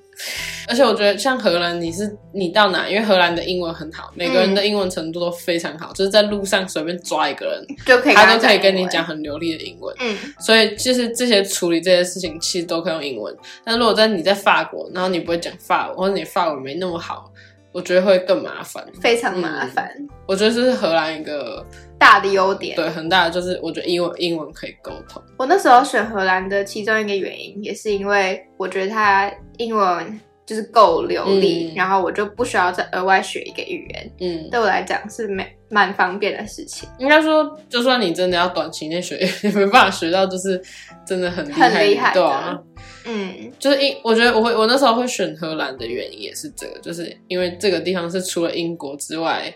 而且我觉得像荷兰，你是你到哪，因为荷兰的英文很好，每个
嗯
人的英文程度都非常好，就是在路上随便抓一个人，
就可以，
他都可以跟你讲。很流利的英文。
嗯，
所以就是这些处理这些事情，其实都可以用英文。但如果在你在法国，然后你不会讲法文，或者你法文没那么好，我觉得会更麻烦。
非常
嗯
麻烦，
我觉得这是荷兰一个
大的优点。
对很大的，就是我觉得英文英文可以沟通。
我那时候选荷兰的其中一个原因，也是因为我觉得他英文就是够流利，
嗯
然后我就不需要再额外学一个语言，
嗯，
对我来讲是蛮蛮方便的事情。
应该说，就算你真的要短期内学， 也没办法学到，就是真的很厉害，
很厉害的
对啊。
嗯
就是英，我觉得我会我那时候会选荷兰的原因也是这个，就是因为这个地方是除了英国之外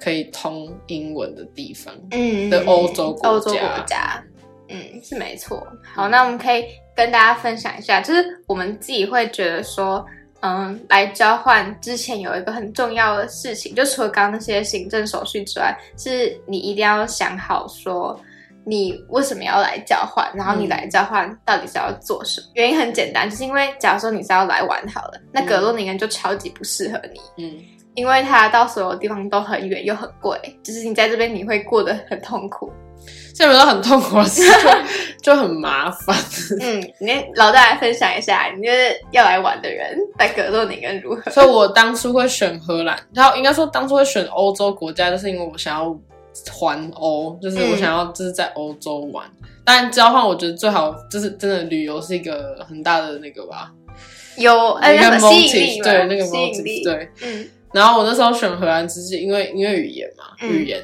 可以通英文的地方。
嗯
的欧洲国家
欧洲国家，嗯，是没错。好，那我们可以跟大家分享一下，就是我们自己会觉得说，嗯，来交换之前有一个很重要的事情，就除了刚刚那些行政手续之外，是你一定要想好说。你为什么要来交换？然后你
嗯
来交换到底是要做什么？原因很简单，就是因为假如说你是要来玩好了，那格洛宁根就超级不适合你，
嗯
因为它到所有地方都很远又很贵，就是你在这边你会过得很痛 苦。
这边都很痛苦，是 就就很麻烦。
嗯，你老大来分享一下，你就是要来玩的人在格洛宁根如何？
所以我当初会选荷兰，然后应该说当初会选欧洲国家，就是因为我想要环欧，就是我
嗯
想要就是在欧洲玩。当然交换，我觉得最好就是真的旅游是一个很大的那个吧，
有呃
一个
那个吸引
motive，
力嘛，
对那个
吸引力
motive，，对。
嗯
然后我那时候选荷兰，只是因为因为语言嘛，
嗯
语言。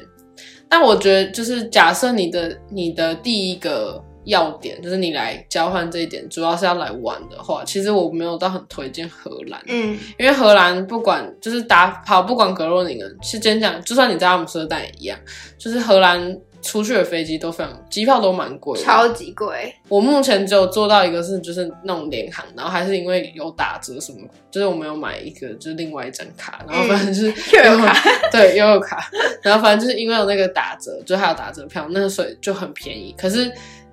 但我觉得，就是假设你的你的第一个要点就是你来交换这一点，主要是要来玩的话，其实我没有到很推荐荷兰，
嗯
因为荷兰不管就是打好，不管格洛宁根，是真讲，就算你在阿姆斯特丹也一样，就是荷兰出去的飞机都非常，机票都蛮贵的，
超级贵，
我目前只有做到一个是就是那种联航，然后还是因为有打折什么，就是我没有买一个就是另外一张卡，然后反正就是
嗯又有卡，
对又有卡，然后反正就是因为有那个打折，就还有打折票，那个所以就很便宜。可是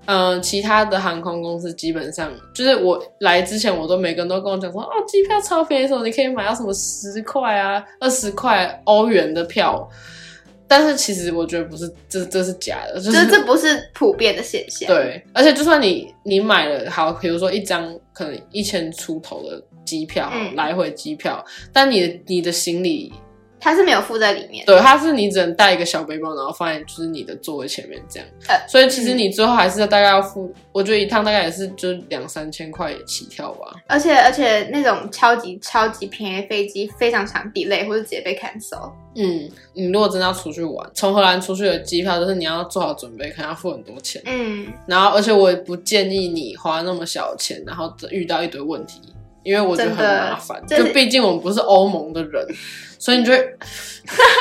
嗯、呃其他的航空公司基本上就是我来之前，我都每个人都跟我讲说，哦，机票超便宜，什么你可以买到什么十块啊、二十块欧元的票。但是其实我觉得不是，这这是假的，
就
就
是是这不是普遍的现象，，
对，而且就算你你买了好，比如说一张可能一千出头的机票，
嗯
来回机票，但你的你的行李，
它是没有附在里面，
对，它是你只能带一个小背包，然后放在就是你的座位前面这样。
呃
所以其实你最后还是大概要付，我觉得一趟大概也是就两三千块起跳吧。
而且而且那种超级超级便宜的飞机非常常 delay 或者直接被 cancel，
嗯，你如果真的要出去玩，从荷兰出去的机票，就是你要做好准备，可能要付很多钱。
嗯，
然后，而且我也不建议你花那么小钱，然后遇到一堆问题，因为我觉得很
真的
麻烦。
真
就
的
毕竟我们不是欧盟的人，所以你就会，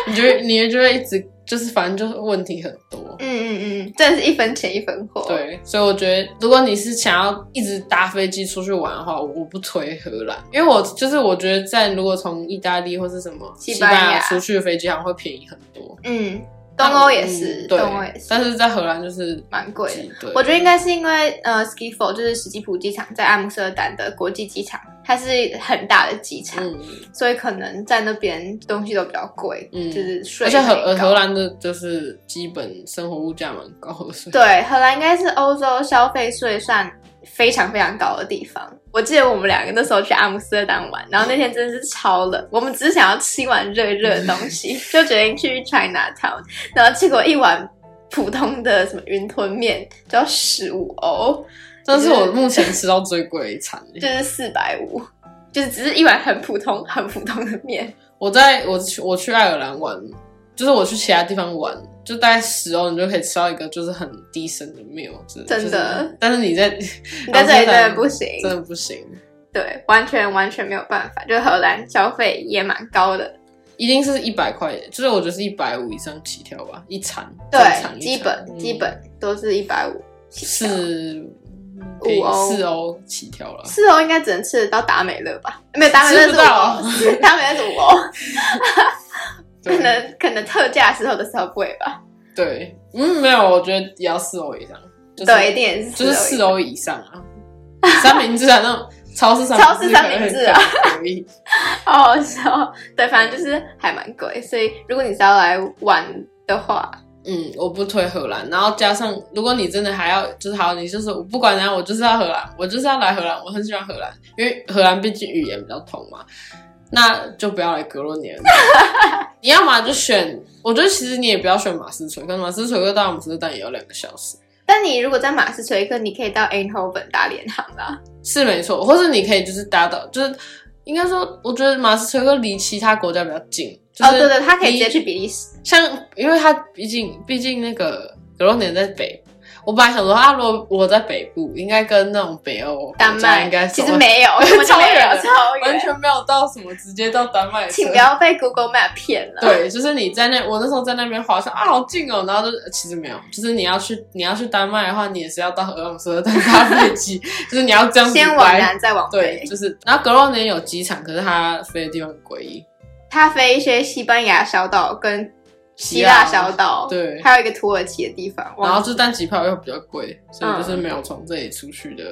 你就会，你就会一直就是反正就是问题很多。
嗯嗯嗯，真的是一分钱一分货，，
对，所以我觉得，如果你是想要一直搭飞机出去玩的话，我不推荷兰，因为我就是我觉得在如果从意大利或是什么
西
西
班
班
牙
牙出去的飞机，好像会便宜很多。
嗯，东欧也
嗯
是，
对
东欧也，是
但是在荷兰就是
蛮贵的
几。对，
我觉得应该是因为呃，Schiphol 就是史基普机场在阿姆斯特丹的国际机场，它是很大的机场，
嗯。
所以可能在那边东西都比较贵，
嗯
就是税
而且荷
很
呃
高
荷兰的就是基本生活物价蛮高的，所以
对荷兰应该是欧洲消费税算非常非常高的地方，我记得我们两个那时候去阿姆斯特丹玩，然后那天真的是超冷，我们只是想要吃一碗热热的东 西，就决定去 China Town，然后结果一碗普通的什么云吞面就要十五欧，
这是我目前吃到最贵的一餐。欸
就是四百五，就是只是一碗很普通、很普通的面。
我在我去我去爱尔兰玩，就是我去其他地方玩，就大概十欧你就可以吃到一个就是很低深的 meal，真的。
真的
就是但是你 在
你在这里真的不行，
哦真的不行，
对，完全完全没有办法。就是荷兰消费也蛮高的，
一定是一百块，就是我觉得是一百五以上起跳吧，一餐正常
对，
一餐
基本
嗯
基本都是一百五起跳。
是
五欧
四欧起跳了。
四哦欧应该只能吃得到达美乐吧？没有达美乐是
吃
五
不到啊
欧，达美乐是五 欧，可
对
能可能特价时候的时候贵吧。
对，嗯，没有，我觉得也要四欧以上，就是、
对，一，定也是
就是
四
四
欧。
欧以上啊，三明治啊那种超市
超市
三明
三明治
可能
啊
可以。
好好笑。哦对，反正就是还蛮贵，所以如果你是要来玩的话，
嗯，我不推荷兰，然后加上如果你真的还要，就是好，你就是我不管怎样，我就是要荷兰，我就是要来荷兰，我很喜欢荷兰，因为荷兰毕竟语言比较通嘛，那就不要来格罗 尼尔。你要么就选，我觉得其实你也不要选马斯垂克，马斯垂克到阿姆斯特丹也要两个小时，
但你如果在马斯垂克，你可以到 Eindhoven 搭联航啦。
是没错，或是你可以就是搭到，就是应该说，我觉得马斯垂克离其他国家比较近，就是、
哦，对对，他可以直接去比利时。
像，因为它毕竟毕竟那个格罗年在北，我本来想说啊，如果我在北部，应该跟那种北欧
丹
国家
麦
应该
其实没有，根本就
超
没有
远的
超
完
远，
全没有到什么直接到丹麦的车，
请不要被 Google Map 骗了。
对，就是你在那，我那时候在那边划算啊，好近哦，然后就其实没有，就是你要去你要去丹麦的话，你也是要到俄罗斯的 搭飞机，就是你要这样子
先往
来
南再往
对，
北，
就是，然后格罗年有机场，可是它飞的地方很诡异，
他飞一些西班牙小岛跟希腊小岛，
对
还有一个土耳其的地方，
然
哇嗯
后，就但机票又比较贵，所以就是没有从这里出去的，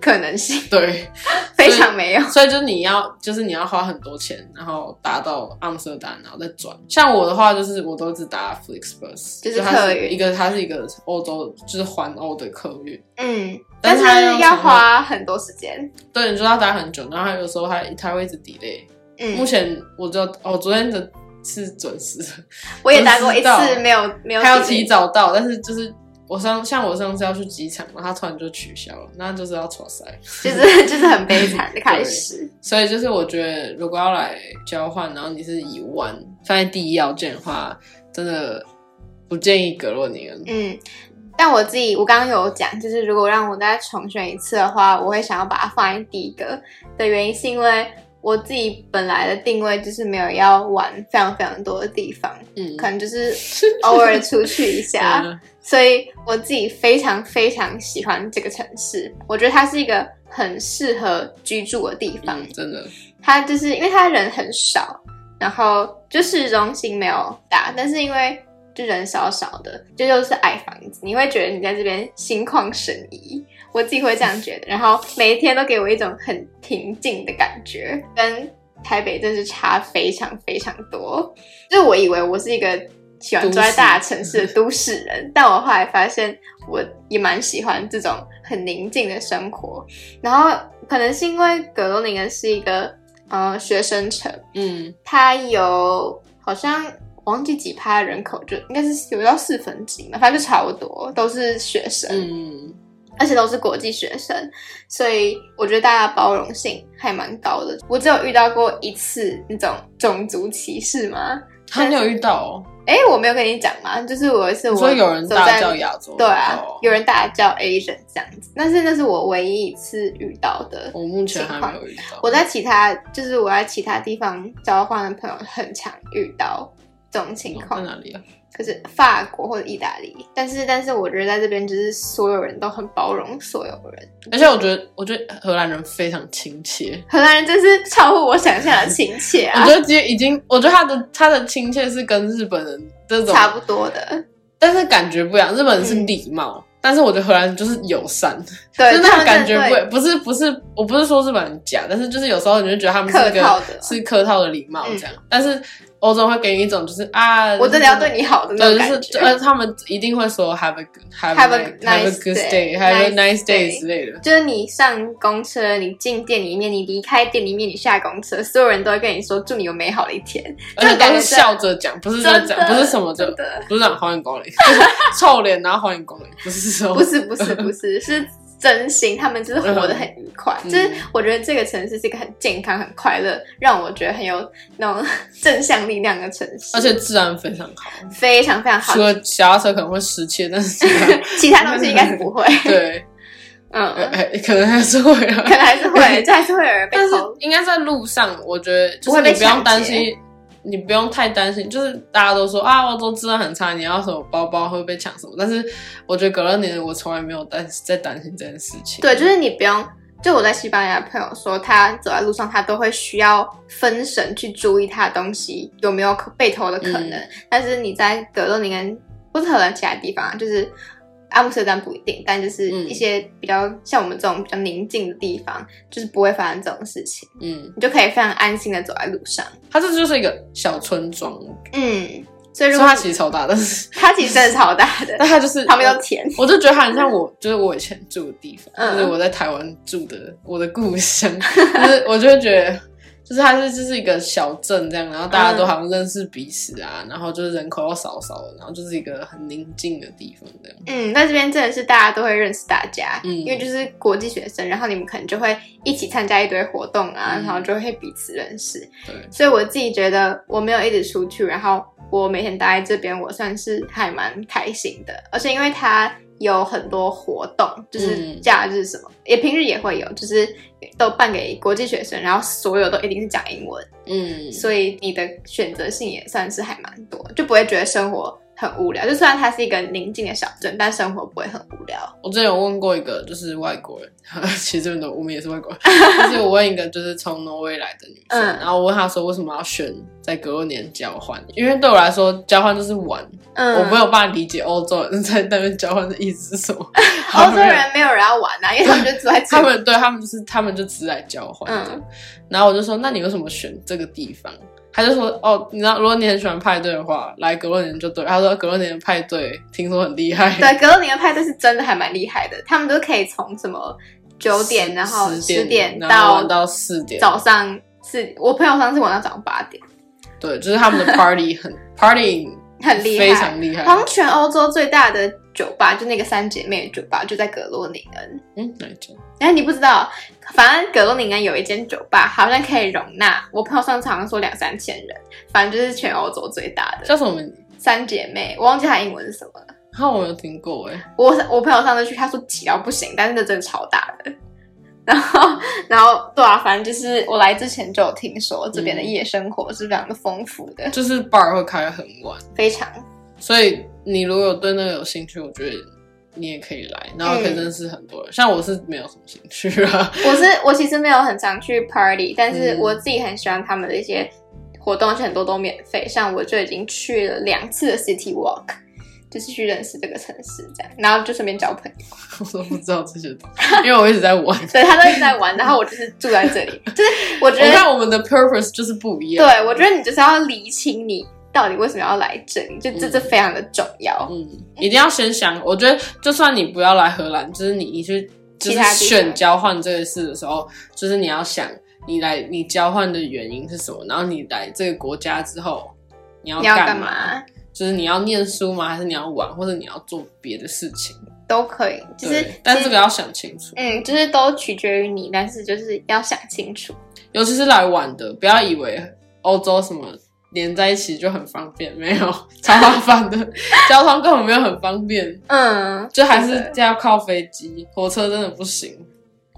可能性
对，
非常没有。
所以就是你要，就是你要花很多钱，然后达到阿姆斯特丹，然后再转。像我的话，就是我都只搭 Flixbus，
就是
它
客
是
运
一个，它是一个欧洲，就是环欧的客运。
嗯，但
但
是
是它
要
要
花很多时间。
对，你说要搭很久，然后它有时候它它会一直 delay。目
嗯，
前我就哦，昨天的是准时的，
我也搭过一
我知
次，
道
没有没有，
它要提。早到，但是就是。我上像我上次要去机场，然后它突然就取消了，那就是要错塞。
就是就是很悲惨的开始，
所以就是我觉得，如果要来交换，然后你是以玩放在第一要件的话，真的不建议格洛宁。
嗯，但我自己我刚刚有讲，就是如果让我再重选一次的话，我会想要把它放在第一个的原因，是因为我自己本来的定位就是没有要玩非常非常多的地方，
嗯，
可能就是偶尔出去一 下，
嗯
所以我自己非常非常喜欢这个城市，我觉得它是一个很适合居住的地方。
嗯，真的，
它就是因为它人很少，然后就市中心没有大，但是因为就人少少的，这就是矮房子，你会觉得你在这边心旷神怡。我自己会这样觉得，然后每一天都给我一种很平静的感觉，跟台北真是差非常非常多。就是我以为我是一个喜欢住在大城市的都市人，但我后来发现我也蛮喜欢这种很宁静的生活。然后可能是因为格罗宁根是一个呃学生城，
嗯，
它有好像忘记几趴的人口，就应该是有到四分之一嘛，反正就差不多都是学生，
嗯，
而且都是国际学生，所以我觉得大家包容性还蛮高的。我只有遇到过一次那种种族歧视吗？
他没有遇到哦，
哎，我没有跟你讲吗？就是我一次我
所以有人
走
大
在
叫亚洲，
对啊
哦，
有人大叫 Asian 这样子，但是那是我唯一一次遇到的。
我目前还没有遇到，哦
我在其他就是我在其他地方交换的朋友很常遇到这种情
在
况，
哪里啊？
可是法国或者意大利，但是但是我觉得在这边就是所有人都很包容所有人，
而且我觉得，我觉得荷兰人非常亲切，
荷兰人真是超乎我想象的亲切
我
啊
觉，得其实已经，我觉得他的他的亲切是跟日本人这种
差不多的，
但是感觉不一样。日本人是礼貌，但是我觉得荷兰人就是友善，
嗯对，
就那
他
种
们
感觉
真的
不
对
会，不是不是，我不是说日本人假，但是就是有时候你就觉得他们是一
客
个
套的
是客套的礼貌
嗯
这样，但是欧洲会给你一种就是啊，
我真的要对
你。
你好的那
对，
种
就
感
是
觉。
呃，他们一定会说 have a good- have
Have a
a ni- have a
nice
good
day,
day，have a
nice
nice day
day
之类的。
就是你上公车，你进店里面，你离开店里面，你下公车，所有人都会跟你说祝你有美好的一天，
而
这
且
个感
都
觉
是笑着讲，不是在
真
讲，
的
不是什么
真
的，
的，
不是讲欢迎光临， 就是臭脸然后欢迎光临，不是说
不是不是不是，是真心，他们就是活得很愉快，
嗯
就是我觉得这个城市是一个很健康、很快乐，让我觉得很有那种正向力量的城市，
而且治安非常好，
非常非常好
除，了脚踏车可能会失窃，但是其他
其他东西应该是不 会，
对，呃
嗯，
哎可能还是会啊
可。能还是 会，就还是会有人被
但是
偷，
应该在路上，我觉得
不
就
会
是
被
你不用
抢劫
担心，你不用太担心，就是大家都说啊，澳洲治安很差，你要什么包包会被抢什么，但是我觉得隔了年我从来没有担在担心这件事情。
对，就是你不用。就我在西班牙的朋友说，他走在路上，他都会需要分神去注意他的东西有没有可被偷的可能。
嗯
但是你在格罗宁根或者荷兰其他地方，啊就是阿姆斯特丹不一定，但就是
嗯
一些比较像我们这种比较宁静的地方，就是不会发生这种事情，
嗯，
你就可以非常安心的走在路上。
它这就是一个小村庄，
嗯，所以
虽
如
然
果
它其实超大，但是
它其实真的超大的
但，它就是
旁边都田。
我就觉得它很像我，就是我以前住的地方，
嗯
就是我在台湾住的我的故乡， 就是我就会觉得，就是它是就是一个小镇这样，然后大家都好像认识彼此
嗯
啊，然后就是人口又少少的，然后就是一个很宁静的地方这样。
嗯，在这边真的是大家都会认识大家，
嗯
因为就是国际学生，然后你们可能就会一起参加一堆活动啊，
嗯
然后就会彼此认识。
对，
所以我自己觉得我没有一直出去，然后我每天待在这边，我算是还蛮开心的。而且因为它有很多活动，就是
嗯
假日什么，也平日也会有，就是都办给国际学生，然后所有都一定是讲英文，
嗯，
所以你的选择性也算是还蛮多，就不会觉得生活很无聊。就虽然它是一个宁静的小镇，但生活不会很无聊。
我之前有问过一个就是外国人， 其实这边的我们也是外国 人，但是我问一个就是从挪威来的女生，
嗯
然后我问她说为什么要选在隔二年交换，因为对我来说交换就是玩，
嗯，
我没有办法理解欧洲人在那边交换的意思是什 么。
欧洲人没有人要玩啊，因为他们就住在这
他
里。
们对他们就是他们就只来交换的。
嗯
然后我就说，那你为什么选这个地方？他就说，哦，你知道，如果你很喜欢派对的话，来格洛宁就对。他说格洛宁的派对听说很厉害，
对，格罗宁的派对是真的还蛮厉害的，他们都可以从什么九点，
十
然后
十
十点
然后玩
到
到四点，
早上四，我朋友上次玩到早上八点，
对，就是他们的 party 很 party
很厉害
非常厉害。
好像全欧洲最大的酒吧就那个三姐妹的酒吧就在格罗宁根。
嗯，哪一家？
然哎后你不知道，反正格罗宁根啊有一间酒吧，好像可以容纳我朋友上次好像说两三千人，反正就是全欧洲最大的
叫什么名字？
三姐妹，我忘记它英文是什么了。
然后我没有听过哎、
我我朋友上次去，他说挤到不行，但是那真的超大的。然后，然后对啊，反正就是我来之前就有听说这边的夜生活是非常的丰富的，
就是 bar 会开得很晚。
非常
所以你如果有对那个有兴趣，我觉得你也可以来，然后可以认识很多人。像我是没有什么兴趣啊，
我是我其实没有很常去 party，但是
嗯
我自己很喜欢他们的一些活动，而且很多都免费。像我就已经去了两次的 city walk，就是去认识这个城市这样，然后就顺便交朋友。
我都不知道这些东 西，因为我一直在玩。
对他都一直在玩，然后我就是住在这里，就是我
我
觉得，
看我们的 purpose 就是不一样。
对我觉得你就是要理清你到底为什么要来这里，就这
嗯
这非常的重要。
嗯，一定要先想。我觉得，就算你不要来荷兰，就是你一去
其
就是
他地方
选交换这个事的时候，就是你要想你来你交换的原因是什么，然后你来这个国家之后你要
你要
干
干嘛
就是你要念书吗？还是你要玩，或者你要做别的事情？
都可以，就是
对，但
其
这
实
个要想清楚。
嗯，就是都取决于你，但是就是要想清楚。
尤其是来玩的，不要以为欧洲什么连在一起就很方便，没有超麻烦的，交通根本没有很方便，
嗯，
就还
真
是
的
要靠飞机，火车真的不行。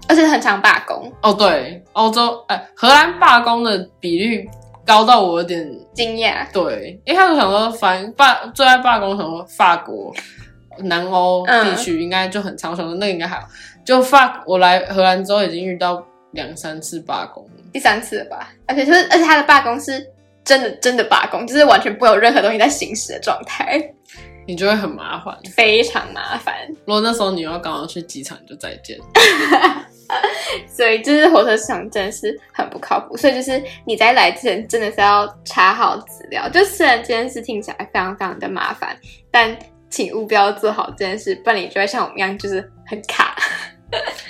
而且很常罢工，
哦，对，欧洲哎、荷兰罢工的比率高到我有点
惊讶。
对，一开始想说，反正罢最爱罢工，什么法国、南欧
嗯
地区应该就很常，我想说那个应该还好。就法我来荷兰之后已经遇到两三次罢工了。
第三次了吧？而且就是，而且他的罢工是真的真的罢工，就是完全不有任何东西在行驶的状态。
你就会很麻烦。
非常麻烦。
如果那时候你又刚好去机场，就再见。
所以就是火车市场真的是很不靠谱，所以就是你在来之前真的是要查好资料。就虽然这件事听起来非常非常的麻烦，但请务不要做好这件事，不然你就会像我们一样就是很卡。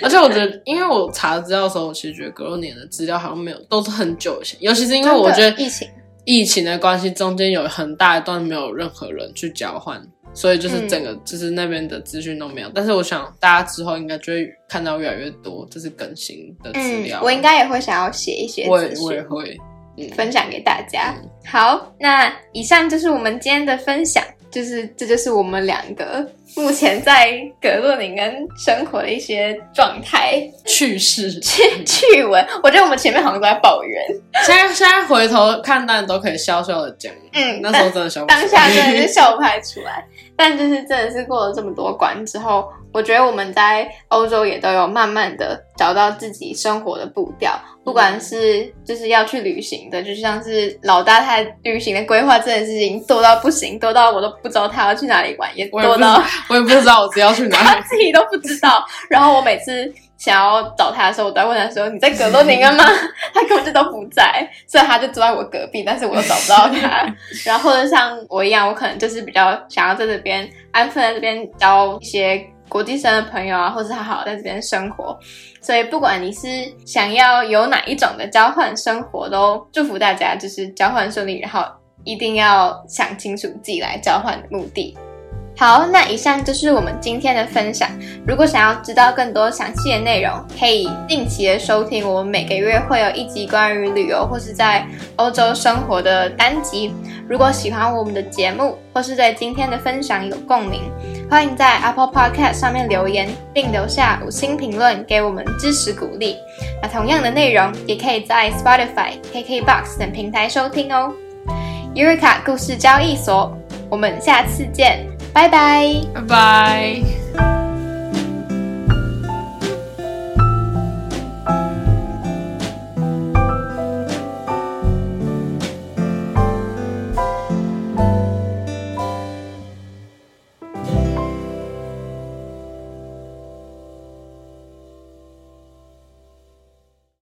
而且我觉得，因为我查资料的时候，我其实觉得隔六年的资料好像没有，都是很久以前。尤其是因为我觉
真
得
的疫情
疫情的关系，中间有很大一段没有任何人去交换，所以
嗯
就是整个、就是那边的资讯都没有。但是我想大家之后应该就会看到越来越多，就是更新的资
嗯
料。，
我应该也会想要写一些
我也
资
我也
讯
会，嗯，
分享给大家。好，那以上就是我们今天的分享，就是这就是我们两个目前在格洛宁根生活的一些状态。
趣事。
趣趣闻，我觉得我们前面好像都在抱怨，
现在现在回头看，但都可以笑笑的讲。
嗯
那时候真的笑不出来
当下真的是笑不太出来。但就是真的是过了这么多关之后，我觉得我们在欧洲也都有慢慢的找到自己生活的步调，不管是就是要去旅行的，就像是老大他旅行的规划这件事情多到不行，多到我都不知道他要去哪里玩，也
我也
多
不知
到
道，我也不知道我自己要去哪
他
里。
自己都不知道。然后我每次想要找他的时候，我都在问他说：“你在格 洛宁根吗？”他根本就都不在，所以他就坐在我隔壁，但是我又找不到他。然后或者像我一样，我可能就是比较想要在这边安分，在这边交一些。国际生的朋友啊，或者他好好在这边生活，所以不管你是想要有哪一种的交换生活，都祝福大家就是交换顺利，然后一定要想清楚自己来交换的目的。好，那以上就是我们今天的分享。如果想要知道更多详细的内容，可以定期的收听。我们每个月会有一集关于旅游或是在欧洲生活的单集。如果喜欢我们的节目，或是对今天的分享有共鸣，欢迎在 Apple Podcast 上面留言，并留下五星评论给我们支持鼓励。那同样的内容也可以在 Spotify、KKBox 等平台收听哦。Eureka 故事交易所，我们下次见，拜拜。
拜拜。